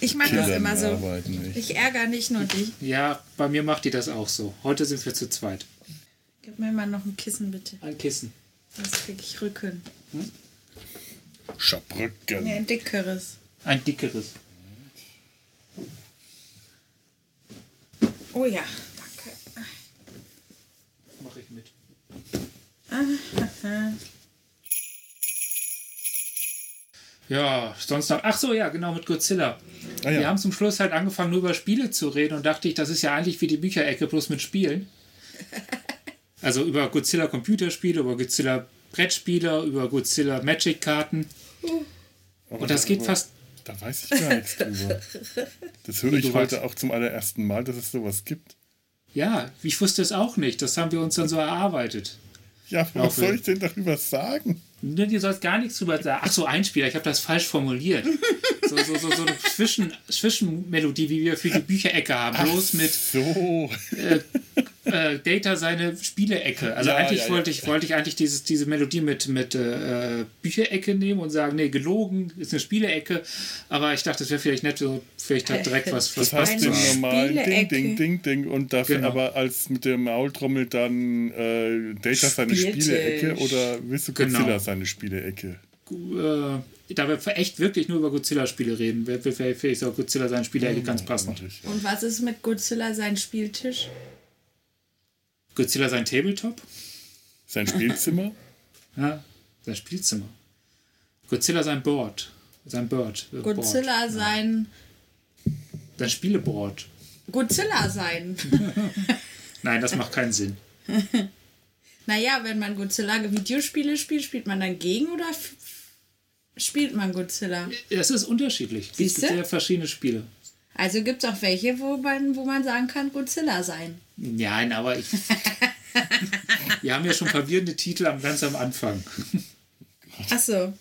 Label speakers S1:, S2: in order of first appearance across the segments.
S1: Ich mache das
S2: Dann
S1: immer so.
S2: arbeiten nicht.
S1: Ich ärgere nicht nur dich.
S3: Ja, bei mir macht die das auch so. Heute sind wir zu zweit.
S1: Gib mir mal noch ein Kissen, bitte.
S3: Ein Kissen.
S1: Sonst kriege ich Rücken.
S2: Schabrücken.
S1: Nee, ein dickeres.
S3: Ein dickeres.
S1: Oh ja, danke.
S3: Mache ich mit.
S1: Aha.
S3: Ja, sonst noch. Ach so, ja, genau, mit Godzilla.
S2: Ah, ja.
S3: Wir haben zum Schluss halt angefangen, nur über Spiele zu reden und dachte ich, das ist ja eigentlich wie die Bücherecke, bloß mit Spielen. Also über Godzilla Computerspiele, über Godzilla Brettspiele, über Godzilla Magic-Karten.
S2: Aber
S3: Und das
S2: da-
S3: geht
S2: Oh, aber
S3: fast.
S2: Da weiß ich gar nichts drüber. Das höre ich
S3: Du
S2: heute
S3: weißt-
S2: auch zum allerersten Mal, dass es sowas gibt.
S3: Ja, ich wusste es auch nicht. Das haben wir uns dann so erarbeitet.
S2: Ja, was
S3: Laufe.
S2: soll ich denn darüber sagen?
S3: Nee, du sollst Ne, gar nichts drüber sagen. Ach so, ein Spieler, ich habe das falsch formuliert. So, so, so, so eine Zwischen, Zwischenmelodie, wie wir für die Bücherecke haben. Bloß mit
S2: So.
S3: äh, Data seine Spielecke. Also
S2: Ja,
S3: eigentlich
S2: ja, ja.
S3: wollte ich wollte ich eigentlich dieses, diese Melodie mit mit äh, äh, Bücherecke nehmen und sagen, nee, gelogen ist eine Spielecke. Aber ich dachte, es wäre vielleicht nett, so vielleicht hat direkt was was
S2: Das heißt
S3: passt.
S1: Eine
S2: den
S3: zu haben.
S2: normalen Ding,
S1: Spielecke.
S2: Ding, Ding, Ding. Und dafür
S3: Genau.
S2: aber als mit der Maultrommel dann äh, Data seine
S1: Spieltisch.
S2: Spielecke oder willst du Godzilla
S3: Genau.
S2: seine Spielecke?
S3: Äh, da wir echt wirklich nur über Godzilla-Spiele reden, wäre wär, wär vielleicht auch Godzilla seine Spielecke ganz passend.
S2: Richtig.
S1: Und was ist mit Godzilla sein Spieltisch?
S3: Godzilla sein Tabletop,
S2: Sein
S1: Genau,
S2: Spielzimmer?
S3: ja, sein Spielzimmer. Godzilla sein Board, sein Bird. äh, Board.
S1: Godzilla sein.
S3: Sein Spieleboard.
S1: Godzilla sein.
S3: Nein, das macht keinen Sinn.
S1: Naja, wenn man Godzilla Videospiele spielt, spielt man dann gegen oder f- spielt man Godzilla?
S3: Es ist unterschiedlich. Es gibt
S1: Siehste?
S3: sehr verschiedene Spiele.
S1: Also gibt es auch welche, wo man, wo man sagen kann, Godzilla sein.
S3: Nein, aber ich. Wir haben ja schon verwirrende Titel am ganz am Anfang.
S1: Achso.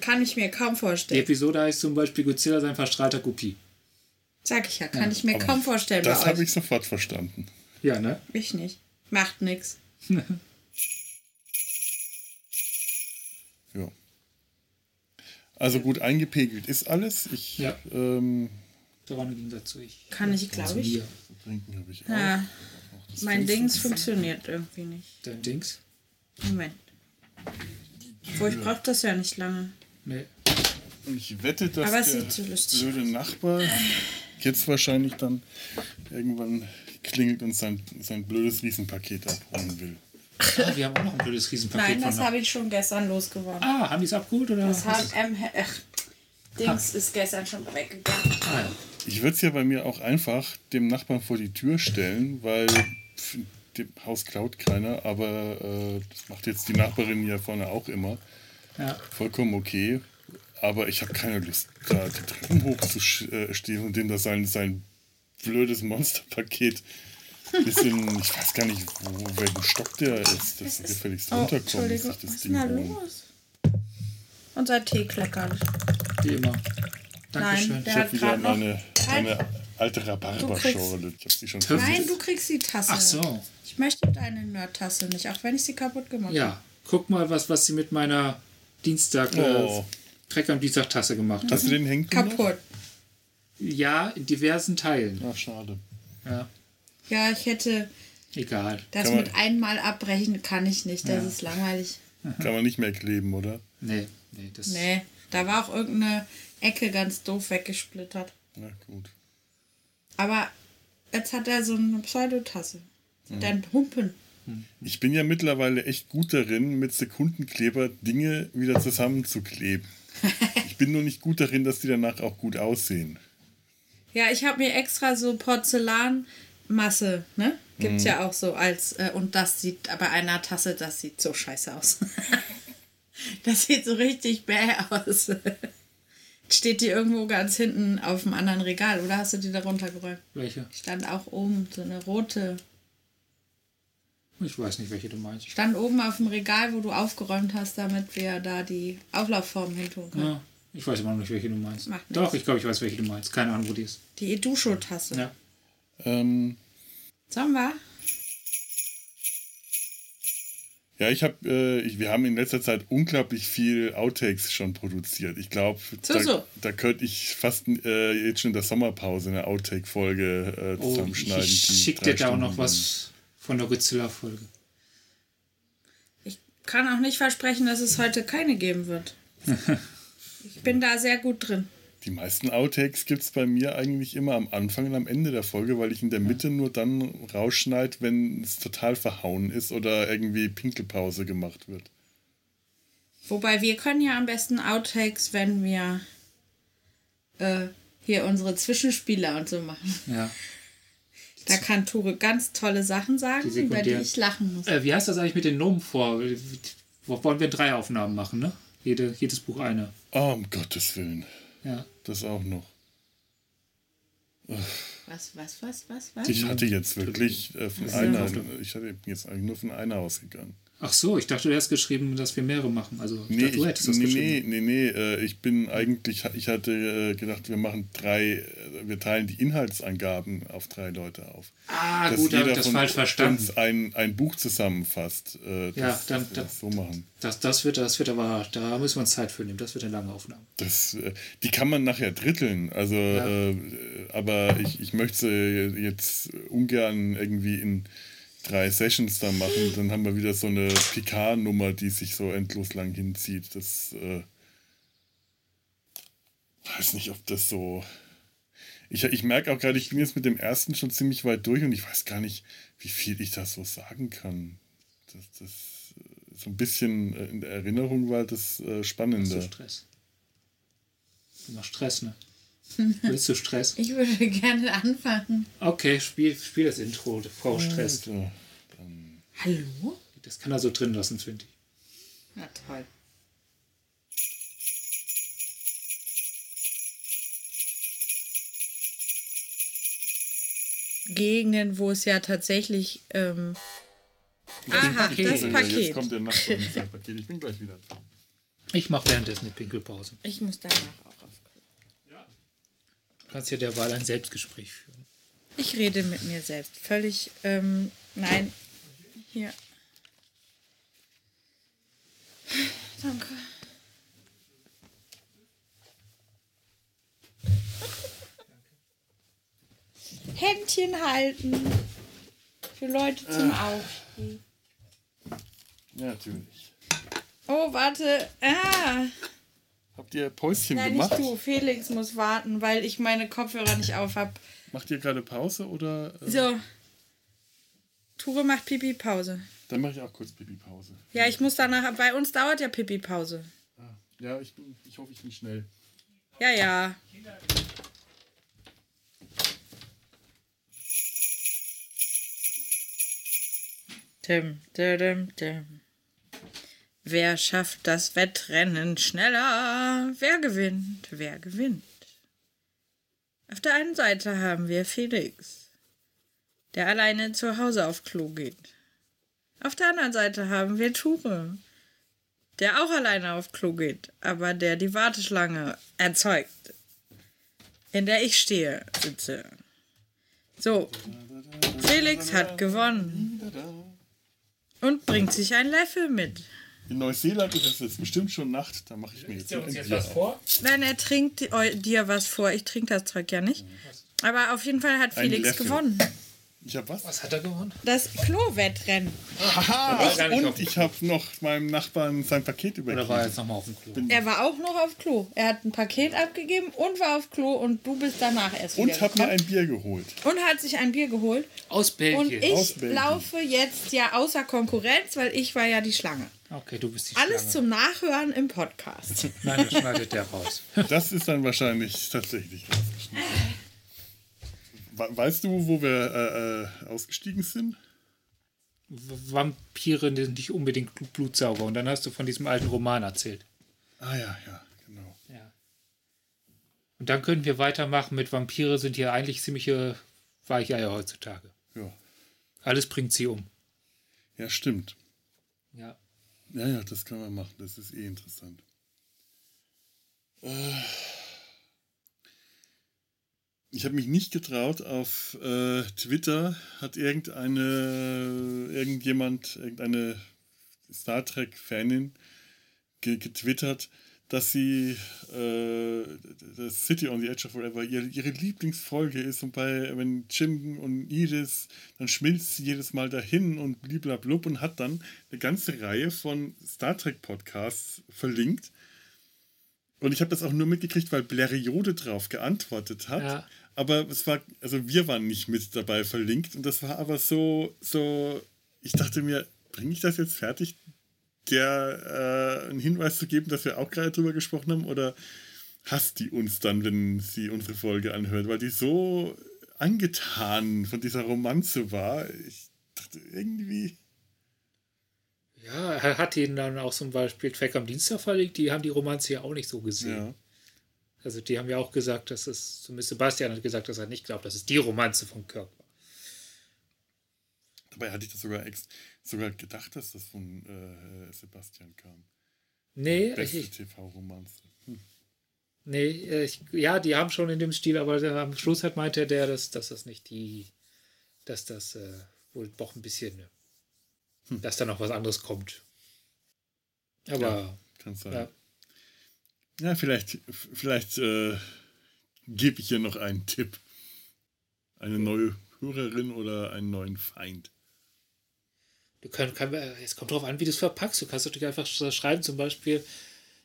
S1: Kann ich mir kaum
S3: Die
S1: vorstellen.
S3: Episode heißt zum Beispiel Godzilla sein verstrahlter Kopie.
S1: Sag ich ja, kann ich mir kaum vorstellen
S2: Das
S1: bei euch.
S2: habe ich sofort verstanden.
S3: Ja, ne?
S1: Ich nicht. Macht nix.
S2: Ja. Also gut eingepegelt ist alles. Ich
S3: Ja.
S2: ähm,
S3: Da war nur ging dazu ich.
S1: Kann ich, glaube ich.
S3: Mir,
S2: trinken habe ich auch.
S1: Ja, mein Dings funktioniert irgendwie nicht.
S3: dein Dings?
S1: Moment. Wo ich brauche das ja nicht lange.
S3: Nee.
S2: Und ich wette, dass
S1: Aber es
S2: der
S1: sieht so lustig
S2: blöde Nachbar jetzt wahrscheinlich dann irgendwann klingelt und sein, sein blödes Riesenpaket abholen will.
S3: Ah, wir haben auch noch ein blödes Riesenpaket
S1: Nein, das
S3: von.
S1: habe ich schon gestern losgeworden.
S3: Ah, haben die es abgeholt oder?
S1: Das HM. Ach, Dings ist gestern schon weggegangen.
S3: ah, ja.
S2: Ich würde es ja bei mir auch einfach dem Nachbarn vor die Tür stellen, weil pf, dem Haus klaut keiner, aber äh, das macht jetzt die Nachbarin ja vorne auch immer.
S3: Ja.
S2: Vollkommen okay. Aber ich habe keine Lust, da die Treppen hochzustehen und dem da sein, sein blödes Monsterpaket bisschen, ich weiß gar nicht, wo, welchen Stock der ist, dass wir gefälligst runterkommen, dass
S1: Oh, Entschuldigung,
S2: ich
S1: was
S2: das
S1: ist
S2: Ding
S1: denn da
S2: hole.
S1: los? Unser Tee kleckert.
S3: Wie immer. Dankeschön.
S1: Nein,
S2: Ich
S1: der
S2: habe
S1: hat
S2: wieder
S1: gerade noch.
S2: meine, meine alte Rhabarber-Schorle. Ich habe die schon
S3: Töff.
S1: Nein, du kriegst die Tasse.
S3: Ach so.
S1: Ich möchte deine Nerd-Tasse nicht, auch wenn ich sie kaputt gemacht habe.
S3: Ja. Guck mal, was, was sie mit meiner Dienstag. Äh,
S2: Oh.
S3: Dreck am Dienstag Tasse gemacht hat.
S2: Hast du den hängt?
S1: Hm, Kaputt.
S3: Ja, in diversen Teilen.
S2: Ach, Ah, schade.
S3: Ja.
S1: Ja, ich hätte
S3: Egal.
S1: das
S2: Kann man-
S1: mit einmal abbrechen, kann ich nicht. Das ist langweilig.
S2: Kann man nicht mehr kleben, oder?
S3: Nee, nee, das.
S1: Nee, da war auch irgendeine Ecke ganz doof weggesplittert.
S2: Na gut.
S1: Aber jetzt hat er so eine Pseudotasse. Dann Humpen.
S2: Ich bin ja mittlerweile echt gut darin, mit Sekundenkleber Dinge wieder zusammenzukleben. Ich bin nur nicht gut darin, dass die danach auch gut aussehen.
S1: Ja, ich habe mir extra so Porzellanmasse, ne? Gibt's ja auch so als äh, und das sieht bei einer Tasse, das sieht so scheiße aus. das sieht so richtig bäh aus. Steht die irgendwo ganz hinten auf dem anderen Regal oder hast du die da runtergeräumt?
S3: Welche?
S1: Stand auch oben so eine rote.
S3: Ich weiß nicht, welche du meinst.
S1: Stand oben auf dem Regal, wo du aufgeräumt hast, damit wir da die Auflaufform hin tun können.
S3: Ja, ich weiß immer noch nicht, welche du meinst.
S1: Macht nichts.
S3: Doch, ich glaube, ich weiß, welche du meinst. Keine Ahnung, wo die ist.
S1: Die Edusho-Tasse.
S3: Ja.
S2: Ähm,
S1: Sollen wir?
S2: Ja, ich habe, äh, ich- wir haben in letzter Zeit unglaublich viel Outtakes schon produziert. Ich glaube,
S1: So,
S2: da,
S1: so.
S2: da könnte ich fast äh, jetzt schon in der Sommerpause eine Outtake-Folge äh,
S3: Oh,
S2: zusammenschneiden.
S3: ich
S2: die
S3: schick
S2: drei
S3: dir da auch
S2: Stunden
S3: noch was von der Godzilla-Folge.
S1: Ich kann auch nicht versprechen, dass es heute keine geben wird. Ich bin da sehr gut drin.
S2: lang. Die meisten Outtakes gibt es bei mir eigentlich immer am Anfang und am Ende der Folge, weil ich in der Mitte nur dann rausschneid, wenn es total verhauen ist oder irgendwie Pinkelpause gemacht wird.
S1: Wobei wir können ja am besten Outtakes, wenn wir äh, hier unsere Zwischenspieler und so machen.
S3: Ja.
S1: Da kann Ture ganz tolle Sachen sagen,
S3: Die
S1: über die
S3: Sekundär-
S1: ich lachen muss.
S3: Äh, wie heißt das eigentlich mit den Nomen vor? Äh, Wollen wir drei Aufnahmen machen, ne? Jede, jedes Buch eine.
S2: Oh, um Gottes Willen.
S3: Ja.
S2: Das auch noch.
S1: Was, was, was, was, was?
S2: Ich hatte jetzt wirklich äh, von einer, ich hatte bin jetzt eigentlich nur von einer ausgegangen.
S3: Ach so, ich dachte, du hättest geschrieben, dass wir mehrere machen. Also, ich
S2: Nee,
S3: dachte,
S2: ich,
S3: du hättest das
S2: nee,
S3: geschrieben.
S2: nee, nee, nee, äh, ich bin eigentlich, ich hatte äh, gedacht, wir machen drei, äh, wir teilen die Inhaltsangaben auf drei Leute auf.
S3: Ah,
S2: Dass
S3: gut, da habe
S2: jeder
S3: ich das
S2: von
S3: falsch verstanden.
S2: Uns ein, ein Buch zusammenfasst. Äh, das,
S3: dann-
S2: dass wir
S3: dann-
S2: das so machen.
S3: Das, das, wird, das wird aber, da müssen wir uns Zeit für nehmen. Das wird eine lange Aufnahme.
S2: Das, äh, die kann man nachher dritteln, also äh, aber ich, ich möchte sie jetzt ungern irgendwie in drei Sessions dann machen. Dann haben wir wieder so eine PK-Nummer, die sich so endlos lang hinzieht. Das äh, weiß nicht, ob das so. Ich, ich merke auch gerade, ich bin jetzt mit dem ersten schon ziemlich weit durch und ich weiß gar nicht, wie viel ich da so sagen kann. Das, das äh, so ein bisschen äh, in der Erinnerung war das äh,
S3: Hast du
S2: Spannende.
S3: Stress? Du machst Stress, ne? Willst du Stress?
S1: Ich würde gerne anfangen.
S3: Okay, spiel, spiel das Intro, Frau Stress.
S2: So.
S1: Hallo?
S3: Das kann er so drin lassen, finde ich.
S1: Na toll. Gegenden, wo es ja tatsächlich. Ähm, aha,
S3: Paket.
S1: das
S3: Ja,
S2: Jetzt
S1: Paket.
S2: kommt der Nachbar mit seinem Paket. Ich bin gleich wieder dran.
S3: Ich mache währenddessen eine Pinkelpause.
S1: Ich muss danach auch auf.
S3: Du kannst ja derweil ein Selbstgespräch führen.
S1: Ich rede mit mir selbst. Völlig. Ähm, nein. Hier. Danke. Händchen halten. Für Leute zum Aufstehen.
S2: Ja, natürlich.
S1: Oh, warte. Ah.
S2: Habt ihr Päuschen
S1: Nein,
S2: gemacht?
S1: nicht du. Felix muss warten, weil ich meine Kopfhörer nicht auf habe.
S2: Macht ihr gerade Pause oder? Äh,
S1: So. Ture macht Pipi-Pause.
S2: dann mache ich auch kurz Pipi-Pause.
S1: Ja, ich muss danach, bei uns dauert ja Pipi-Pause.
S2: Ah, ja, ich, bin, ich hoffe, ich bin schnell.
S1: Ja, ja. Tim, tim, tim. Wer schafft das Wettrennen schneller? Wer gewinnt? Wer gewinnt? Auf der einen Seite haben wir Felix, der alleine zu Hause auf Klo geht. Auf der anderen Seite haben wir Ture, der auch alleine auf Klo geht, aber der die Warteschlange erzeugt, in der ich stehe, sitze. So, Felix hat gewonnen und bringt sich ein Löffel mit.
S2: In Neuseeland ist es jetzt bestimmt schon Nacht. Da mache ich mir jetzt ein Bier auf.
S3: vor?
S1: Nein, er trinkt eu- dir was vor. Ich trinke das Zeug ja nicht. Aber auf jeden Fall hat
S2: Ein
S1: Felix
S2: Löffel.
S1: gewonnen.
S2: Ich habe was?
S3: Was hat er gewonnen?
S1: Das Klo-Wettrennen.
S2: Haha,
S3: gar nicht auf
S2: und
S3: dem
S2: ich habe noch meinem Nachbarn sein Paket
S3: Oder war er
S2: übergeben.
S3: jetzt nochmal auf dem Klo?
S1: Er war auch noch auf Klo. Er hat ein Paket abgegeben und war auf Klo und du bist danach erst
S2: Und habe mir
S1: wiedergekommen.
S2: ein Bier geholt.
S1: und hat sich ein Bier geholt.
S3: Aus
S1: Und
S3: Belgien.
S1: ich
S2: aus Belgien.
S1: laufe jetzt ja außer Konkurrenz, weil ich war ja die Schlange.
S3: okay, du bist die
S1: Alles
S3: Schlange.
S1: zum Nachhören im Podcast.
S3: Nein, das schneidet der raus.
S2: Das ist dann wahrscheinlich tatsächlich rausgeschnitten. We- Weißt du, wo wir äh, äh, ausgestiegen sind?
S3: V- Vampire sind nicht unbedingt bl- Blutsauger. Und dann hast du von diesem alten Roman erzählt.
S2: Ah ja, ja, genau.
S3: Ja. Und dann könnten wir weitermachen mit Vampire sind hier eigentlich ziemliche Weicheier heutzutage.
S2: Ja,
S3: Alles bringt sie um.
S2: ja stimmt.
S3: Ja.
S2: Ja, ja, das können wir machen. Das ist eh interessant. Äh, Ich habe mich nicht getraut. Auf äh, Twitter hat irgendeine, irgendjemand, irgendeine Star Trek-Fanin ge getwittert, dass sie äh, das City on the Edge of Forever ihre, ihre Lieblingsfolge ist und bei wenn Jim und Iris, dann schmilzt sie jedes Mal dahin und bliblablub und hat dann eine ganze Reihe von Star Trek Podcasts verlinkt. Und ich habe das auch nur mitgekriegt, weil Bleriode drauf geantwortet hat.
S3: Ja.
S2: Aber es war, also wir waren nicht mit dabei verlinkt und das war aber so, so, ich dachte mir, bringe ich das jetzt fertig, der äh, einen Hinweis zu geben, dass wir auch gerade drüber gesprochen haben? Oder hasst die uns dann, wenn sie unsere Folge anhört? Weil die so angetan von dieser Romanze war. Ich dachte, irgendwie.
S3: Ja, er hat ihn dann auch zum Beispiel Track am Dienstag verlegt. Die haben die Romanze ja auch nicht so gesehen.
S2: Ja.
S3: Also die haben ja auch gesagt, dass es, zumindest Sebastian hat gesagt, dass er nicht glaubt, dass es die Romanze von Kirk war.
S2: Dabei hatte ich das sogar, ex sogar gedacht, dass das von äh, Sebastian kam.
S3: Nee,
S2: Beste
S3: ich,
S2: TV-Romanze.
S3: nee äh, ich, ja, die haben schon in dem Stil, aber dann am Schluss halt meinte der, dass, dass das nicht die, dass das äh, wohl doch ein bisschen, äh, dass da noch was anderes kommt. Aber
S2: Kann sein.
S3: Ja.
S2: Ja, vielleicht, vielleicht äh, gebe ich hier noch einen Tipp. Eine neue Hörerin oder einen neuen Feind.
S3: Du kann, kann, äh, es kommt drauf an, wie du es verpackst. Du kannst natürlich einfach sch- schreiben, zum Beispiel,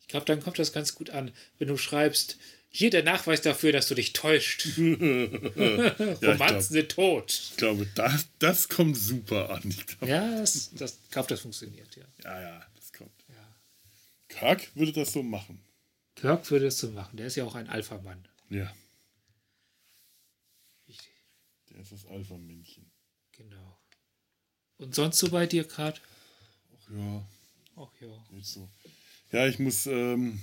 S3: ich glaube, dann kommt das ganz gut an, wenn du schreibst, hier der Nachweis dafür, dass du dich täuscht.
S2: Ja, ich
S3: Romanzen sind tot.
S2: Ich glaube, das, das kommt super an. Ich glaube,
S3: Ja, das, das, ich glaube, das funktioniert, ja.
S2: ja, ja, das kommt.
S3: Ja.
S2: Kirk würde das so machen.
S3: Kirk würde es so machen. Der ist ja auch ein Alpha-Mann.
S2: Ja,
S3: Ich-
S2: der ist das Alpha-Männchen.
S3: Genau. Und sonst so bei dir gerade?
S2: Ach ja,
S3: Ach ja.
S2: geht so. Ja, ich muss, ähm,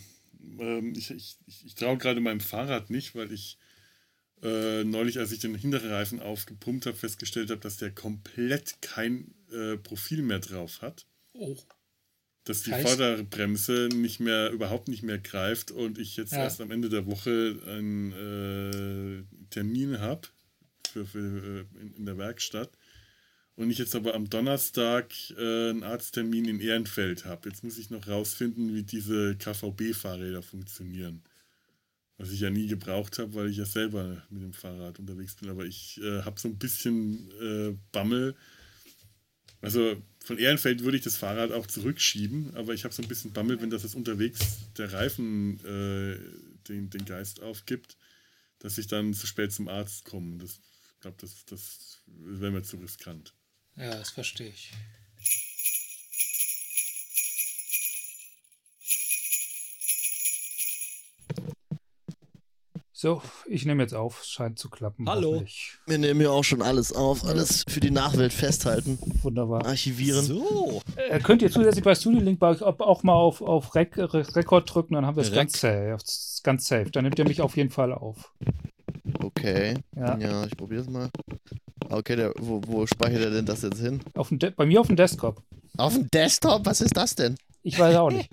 S2: ähm, ich, ich, ich, ich traue gerade meinem Fahrrad nicht, weil ich äh, neulich, als ich den hinteren Reifen aufgepumpt habe, festgestellt habe, dass der komplett kein äh, Profil mehr drauf hat.
S3: Oh.
S2: dass die
S3: Heißt-
S2: Vorderbremse nicht mehr, überhaupt nicht mehr greift und ich jetzt
S3: Ja.
S2: erst am Ende der Woche einen äh, Termin habe für, für, äh, in, in der Werkstatt und ich jetzt aber am Donnerstag äh, einen Arzttermin in Ehrenfeld habe. Jetzt muss ich noch rausfinden, wie diese KVB-Fahrräder funktionieren. Was ich ja nie gebraucht habe, weil ich ja selber mit dem Fahrrad unterwegs bin. Aber ich äh, habe so ein bisschen äh, Bammel, also von Ehrenfeld würde ich das Fahrrad auch zurückschieben, aber ich habe so ein bisschen Bammel, wenn das jetzt unterwegs der Reifen äh, den, den Geist aufgibt, dass ich dann zu spät zum Arzt komme. Das, ich glaube, das, das wäre mir zu riskant.
S3: Ja, das verstehe ich. So, ich nehme jetzt auf. Es scheint zu klappen.
S4: Hallo.
S3: hoffentlich.
S5: Wir nehmen ja auch schon alles auf, alles für die Nachwelt festhalten,
S3: Wunderbar.
S5: archivieren.
S4: So.
S3: Äh, könnt ihr zusätzlich bei Studio Link bei euch ob- auch mal auf, auf Rec Re Rekord drücken, dann haben wir es
S4: Rec.
S3: ganz safe, s- ganz safe. Dann nimmt ihr mich auf jeden Fall auf.
S5: Okay.
S3: Ja.
S5: Ja, ich probiere es mal. Okay, der, wo, wo speichert er denn das jetzt hin?
S3: auf dem De bei mir auf dem Desktop.
S5: Auf dem Desktop? Was ist das denn?
S3: Ich weiß auch nicht.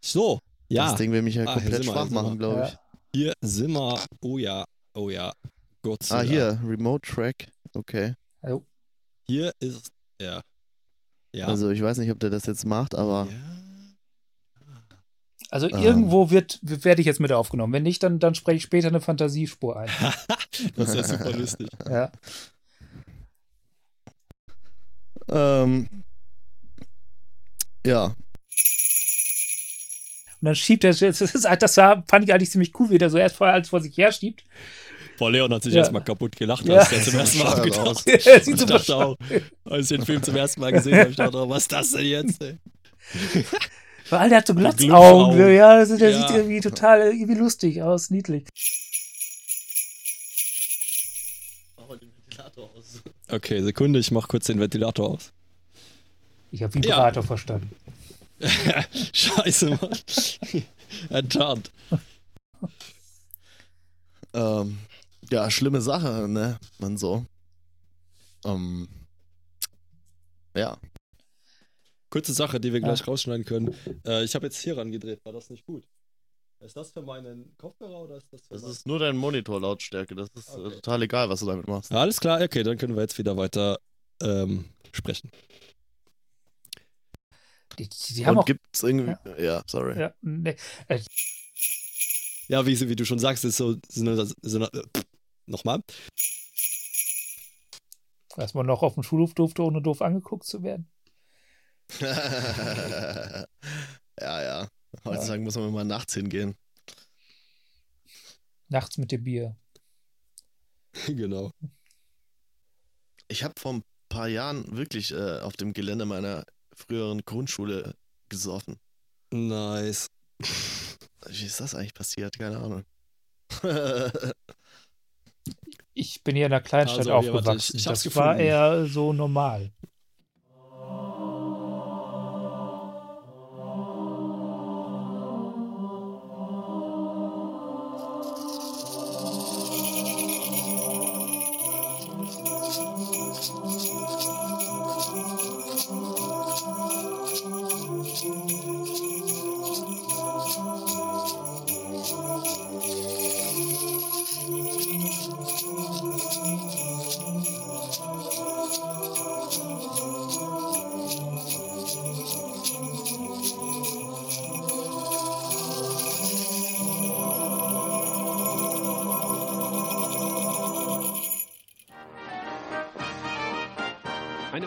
S4: So. Ja.
S5: Das Ding will mich ja
S4: Ah, hier
S5: komplett
S4: sind wir,
S5: schwach
S4: hier sind
S5: machen,
S4: wir.
S5: glaube ich.
S4: Hier sind wir. Oh ja. Oh ja. Godzilla.
S5: Ah, hier, Remote Track. Okay.
S4: Hier ist er. Ja.
S5: Also ich weiß nicht, ob der das jetzt macht, aber
S4: ja.
S3: Also
S5: Ähm.
S3: irgendwo wird, werde ich jetzt mit aufgenommen. Wenn nicht, dann, dann spreche ich später eine Fantasiespur ein.
S4: Das ist ja super lustig.
S3: Ja.
S5: ähm, ja.
S3: Und dann schiebt er, das, ist, halt- das war, fand ich eigentlich ziemlich cool, wie der so erst vorher alles vor sich her schiebt.
S4: Boah, Leon hat sich
S3: Ja.
S4: erstmal kaputt gelacht,
S3: Ja.
S4: als er zum ersten Mal
S5: Scheuer
S4: abgetaucht
S5: raus.
S4: ist.
S3: Er sieht
S4: Ich
S3: so
S4: dachte
S3: bescheuert-
S4: auch, als ich den Film zum ersten Mal gesehen habe, ich dachte auch, was ist das denn jetzt? Ey?
S3: Weil der hat so Glotzaugen.
S4: Glotzaugen.
S3: so, Ja, also der
S4: Ja.
S3: sieht irgendwie total irgendwie lustig aus, niedlich.
S4: Okay, Sekunde, ich mach kurz den Ventilator aus.
S3: Ich habe Vibrator verstanden.
S4: Scheiße, Mann. Enttarnt.
S5: Ähm, ja, schlimme Sache, ne? Man so. Ähm, ja.
S4: Kurze Sache, die wir
S3: Ja.
S4: gleich rausschneiden können. Äh, ich habe jetzt hier rangedreht, war das nicht gut? Ist das für meinen Kopfhörer oder ist das für
S5: Das
S4: meinen-
S5: ist nur deine Monitorlautstärke. Das ist
S4: äh, Genau. Okay.
S5: total egal, was du damit machst.
S4: Alles klar, okay, dann können wir jetzt wieder weiter ähm, sprechen.
S3: Die, die, die haben
S5: Und
S3: auch.
S5: gibt's irgendwie. Ja, sorry.
S3: Ja, nee. Äh,
S4: Ja, wie, wie du schon sagst, ist so, so, eine, so eine, äh, pff, nochmal.
S3: dass man noch auf dem Schulhof durfte, ohne doof angeguckt zu werden.
S5: ja, ja. Heutzutage muss man immer nachts hingehen.
S3: Nachts mit dem Bier.
S4: genau.
S5: Ich habe vor ein paar Jahren wirklich äh, auf dem Gelände meiner früheren Grundschule gesoffen.
S4: Nice.
S5: Wie ist das eigentlich passiert? Keine Ahnung.
S3: Ich bin hier in einer Kleinstadt
S4: Also, hier, warte,
S3: aufgewachsen.
S4: ich- ich hab's
S3: das war
S4: gefunden.
S3: eher so normal.
S6: Eine